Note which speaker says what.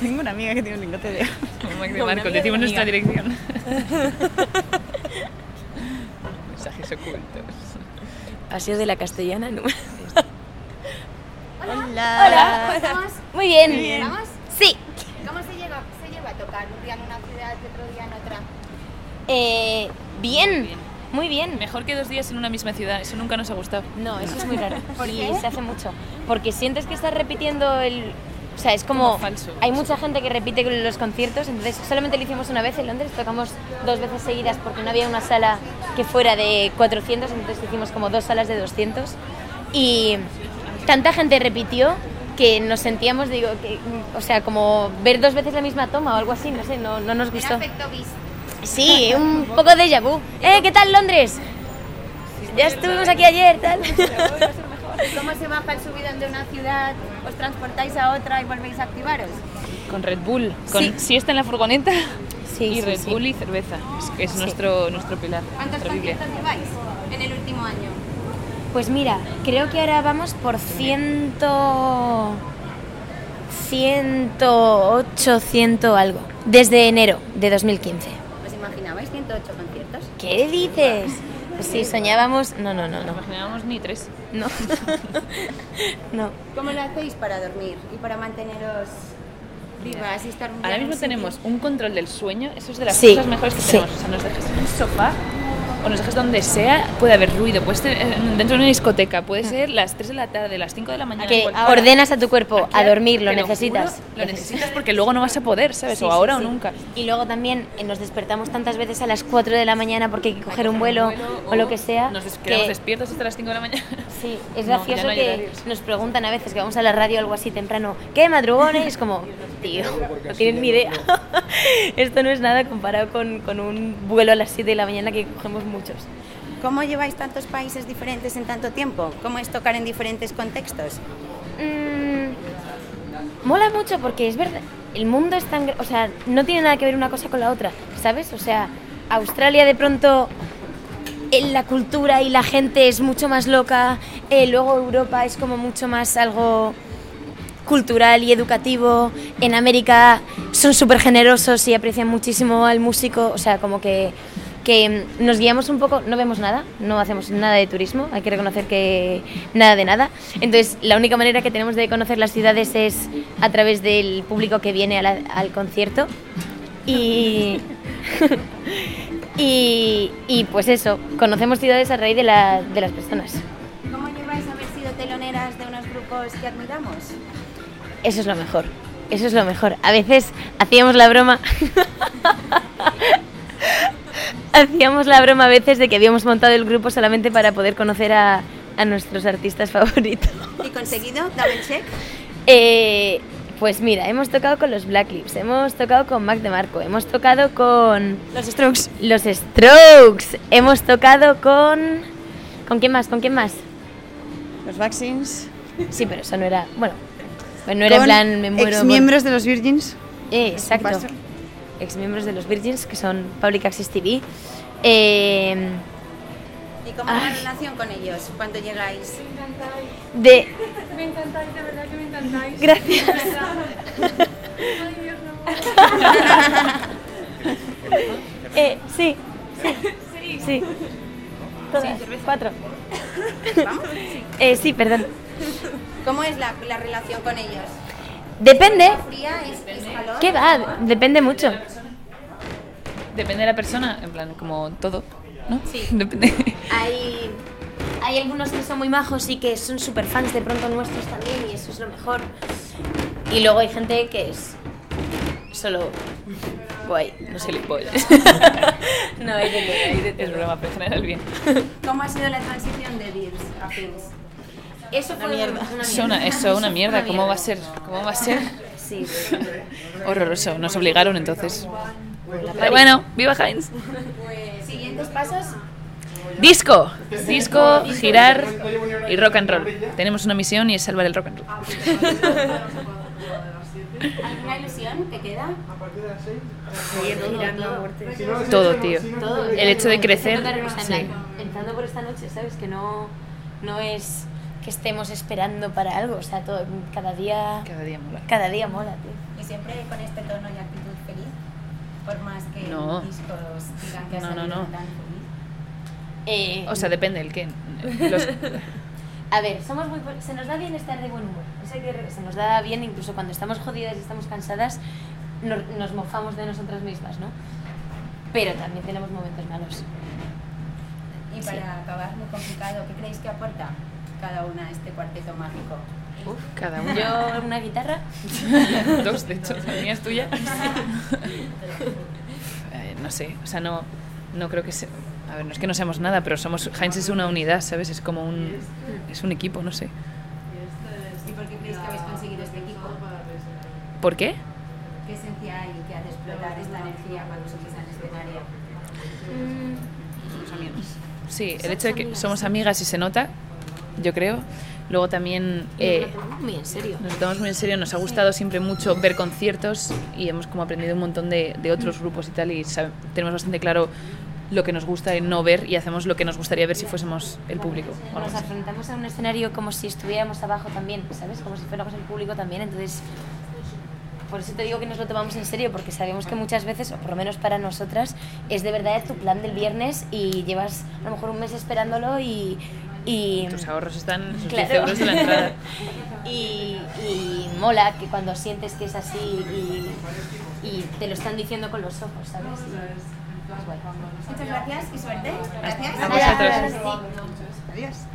Speaker 1: Tengo una amiga que tiene un lingote de oro.
Speaker 2: Mac de
Speaker 1: Con una
Speaker 2: Marco,
Speaker 1: amiga de
Speaker 2: le
Speaker 1: una
Speaker 2: decimos nuestra
Speaker 1: amiga.
Speaker 2: dirección. Mensajes ocultos.
Speaker 3: Paseo de la Castellana número.
Speaker 1: Hola.
Speaker 4: ¿Vamos?
Speaker 3: Muy bien.
Speaker 4: ¿Vamos?
Speaker 3: Sí.
Speaker 4: ¿Cómo se lleva, se lleva a tocar un día en una ciudad y otro día en otra?
Speaker 3: Eh, bien.
Speaker 2: Bien.
Speaker 3: Muy bien.
Speaker 2: Mejor que dos días en una misma ciudad, eso nunca nos ha gustado.
Speaker 3: No, eso es muy raro.
Speaker 4: ¿Por
Speaker 3: Sí,
Speaker 4: qué?
Speaker 3: se hace mucho. Porque sientes que estás repitiendo el. O sea, es como.
Speaker 2: Como falso.
Speaker 3: Hay mucha gente que repite los conciertos, entonces solamente lo hicimos una vez en Londres, tocamos dos veces seguidas porque no había una sala que fuera de 400, entonces hicimos como dos salas de 200. Y tanta gente repitió que nos sentíamos, digo, que, mm, o sea, como ver dos veces la misma toma o algo así, no sé, no, no nos
Speaker 4: Era
Speaker 3: gustó.
Speaker 4: efecto bis.
Speaker 3: Sí, un poco de vu. ¡Eh, qué tal Londres! Ya estuvimos aquí ayer, tal.
Speaker 4: ¿Cómo se baja el subidón de una ciudad? ¿Os transportáis a otra y volvéis a activaros?
Speaker 2: Con Red Bull, con siesta en la furgoneta
Speaker 3: Sí,
Speaker 2: y
Speaker 3: sí,
Speaker 2: Red
Speaker 3: sí.
Speaker 2: Bull y cerveza. Es, que es nuestro, nuestro pilar,
Speaker 4: ¿Cuántos
Speaker 2: nuestra Biblia.
Speaker 4: conciertos lleváis en el último año?
Speaker 3: Pues mira, creo que ahora vamos por ciento... 108, 100 algo. Desde enero de 2015.
Speaker 4: ¿Os imaginabais 108 conciertos?
Speaker 3: ¿Qué dices? Pues sí, soñábamos... No, no, no,
Speaker 2: No
Speaker 3: no.
Speaker 2: imaginábamos ni tres.
Speaker 3: No. no.
Speaker 4: ¿Cómo lo hacéis para dormir y para manteneros vivas y estar un día
Speaker 2: Ahora
Speaker 4: en un
Speaker 2: mismo
Speaker 4: sitio?
Speaker 2: tenemos un control del sueño, eso es de las
Speaker 3: Sí,
Speaker 2: cosas mejores que
Speaker 3: sí.
Speaker 2: tenemos. O sea, nos dejas en un sofá o nos dejas donde sea, puede haber ruido, puede ser eh, dentro de una discoteca, puede ser las 3 de la tarde, las 5 de la mañana.
Speaker 3: Que
Speaker 2: cualquier-
Speaker 3: ordenas a tu cuerpo
Speaker 2: Aquí,
Speaker 3: a dormir, lo
Speaker 2: te
Speaker 3: necesitas.
Speaker 2: juro, Lo necesitas porque luego no vas a poder, ¿sabes?
Speaker 3: Sí,
Speaker 2: o
Speaker 3: sí,
Speaker 2: ahora
Speaker 3: sí.
Speaker 2: o nunca.
Speaker 3: Y luego también eh, nos despertamos tantas veces a las 4 de la mañana porque hay que coger un vuelo o lo que sea.
Speaker 2: Nos des-
Speaker 3: que-
Speaker 2: quedamos despiertos hasta las 5 de la mañana.
Speaker 3: Sí, es
Speaker 2: No,
Speaker 3: gracioso
Speaker 2: ya no hay
Speaker 3: que
Speaker 2: horarios.
Speaker 3: nos preguntan a veces que vamos a la radio o algo así temprano, ¿qué madrugones? Es como, tío, no tienen ni idea. Esto no es nada comparado con, con un vuelo a las 7 de la mañana que cogemos muchos.
Speaker 5: ¿Cómo lleváis tantos países diferentes en tanto tiempo? ¿Cómo es tocar en diferentes contextos?
Speaker 3: Mm, mola mucho porque es verdad, el mundo es tan... gr- O sea, no tiene nada que ver una cosa con la otra, ¿sabes? O sea, Australia de pronto eh, la cultura y la gente es mucho más loca, eh, luego Europa es como mucho más algo cultural y educativo, en América son súper generosos y aprecian muchísimo al músico, o sea, como que, que mm, nos guiamos un poco, no vemos nada, no hacemos nada de turismo, hay que reconocer que nada de nada, entonces la única manera que tenemos de conocer las ciudades es a través del público que viene a la- al concierto y... Y, y, pues eso, conocemos ciudades a raíz de, la- de las personas.
Speaker 4: ¿Cómo lleváis haber sido teloneras de unos grupos que admiramos?
Speaker 3: Eso es lo mejor, eso es lo mejor. A veces hacíamos la broma... hacíamos la broma a veces de que habíamos montado el grupo solamente para poder conocer a, a nuestros artistas favoritos.
Speaker 5: ¿Y conseguido? ¿Double check?
Speaker 3: Eh, pues mira, hemos tocado con los Black Lips, hemos tocado con Mac DeMarco, hemos tocado con... Los Strokes. Los Strokes. Hemos tocado con... ¿Con quién más? ¿Con quién más?
Speaker 1: Los vaccines.
Speaker 3: Sí, pero eso no era. Bueno, pues no era en plan, me muero. por-
Speaker 1: miembros de los Virgins.
Speaker 3: Eh,
Speaker 1: un
Speaker 3: exacto.
Speaker 1: paso.
Speaker 3: Ex miembros de los Virgins, que son Public Access TV. Eh,
Speaker 5: ¿Y cómo es la
Speaker 3: Ay.
Speaker 5: relación con ellos cuando llegáis?
Speaker 3: de.
Speaker 6: Me encantáis, de verdad que me encantáis.
Speaker 3: Gracias.
Speaker 6: De verdad. Ay, Dios, no.
Speaker 3: eh, sí. Sí. Sí. Todas, cuatro. Eh, sí, perdón.
Speaker 5: ¿Cómo es la, la relación con ellos?
Speaker 3: Depende.
Speaker 5: ¿Fría? ¿Es, es calor?
Speaker 3: ¿Qué va? Depende mucho.
Speaker 2: Depende de la persona, en plan, como todo, ¿no? Sí. Depende.
Speaker 3: Hay, hay algunos que son muy majos y que son súper fans de pronto nuestros también y eso es lo mejor. Y luego hay gente que es solo guay.
Speaker 2: No se le puede.
Speaker 3: No, hay de todo, hay de
Speaker 2: Es
Speaker 3: todo.
Speaker 2: broma, pero en general bien.
Speaker 5: ¿Cómo ha sido la transición de Beers a Fins?
Speaker 3: Eso fue una mierda.
Speaker 2: Es una, eso, una mierda. ¿Cómo va a ser? ¿Cómo va a ser?
Speaker 3: Sí.
Speaker 2: Horroroso. Nos obligaron entonces. Pero bueno, viva Heinz.
Speaker 4: Siguientes pasos,
Speaker 2: Disco. Disco, girar y rock and roll. Tenemos una misión y es salvar el rock and roll.
Speaker 4: ¿alguna ilusión que queda?
Speaker 2: Todo, tío. El hecho de crecer.
Speaker 3: Entrando
Speaker 2: sí.
Speaker 3: por esta noche, ¿sabes? Que no, no es que que estemos esperando para algo. O sea, todo, cada día.
Speaker 2: Cada día mola.
Speaker 3: Cada día mola, tío.
Speaker 4: Y siempre con este tono y actitud feliz, por más que
Speaker 2: No.
Speaker 4: discos digan que ha
Speaker 2: No, no,
Speaker 4: salido
Speaker 2: no.
Speaker 4: tan feliz.
Speaker 3: Eh,
Speaker 2: O sea, depende el qué. Los-
Speaker 3: a ver, somos muy, po- se nos da bien estar de buen humor. Eso hay que re- se nos da bien incluso cuando estamos jodidas y estamos cansadas, no- nos, mofamos de nosotras mismas, ¿no? Pero también tenemos momentos malos.
Speaker 4: Y para acabar, muy complicado, ¿qué creéis que aporta cada una a este cuarteto mágico?
Speaker 2: cada uno.
Speaker 3: Yo una guitarra,
Speaker 2: Dos, de hecho. La mía es tuya. Eh, no sé, o sea, no, no creo que sea... A ver, no es que no seamos nada, pero somos... Heinz es una unidad, ¿sabes? Es como un... Es un equipo, no sé.
Speaker 4: ¿Y por qué creéis que habéis conseguido este equipo?
Speaker 2: ¿Por qué?
Speaker 4: ¿Qué esencia hay que ha de explotar esta energía cuando subís al escenario?
Speaker 2: Sí, el hecho de que somos amigas y se nota, yo creo. Luego también... eh,
Speaker 3: muy en serio.
Speaker 2: Nos lo tomamos muy en serio, nos ha gustado siempre mucho ver conciertos y hemos como aprendido un montón de, de otros grupos y tal y sabe- tenemos bastante claro lo que nos gusta y no ver y hacemos lo que nos gustaría ver si fuésemos el público. o algo
Speaker 3: Nos
Speaker 2: así.
Speaker 3: afrontamos a un escenario como si estuviéramos abajo también, ¿sabes? Como si fuéramos el público también, entonces... Por eso te digo que nos lo tomamos en serio, porque sabemos que muchas veces, o por lo menos para nosotras, es de verdad tu plan del viernes y llevas a lo mejor un mes esperándolo y... y
Speaker 2: Tus ahorros están en esos 10
Speaker 3: Claro.
Speaker 2: euros de la entrada.
Speaker 3: y, y mola que cuando sientes que es así y, y te lo están diciendo con los ojos, ¿sabes? Y pues es guay.
Speaker 4: Muchas gracias y suerte. Gracias.
Speaker 2: A vosotros.
Speaker 4: Sí.
Speaker 5: Adiós.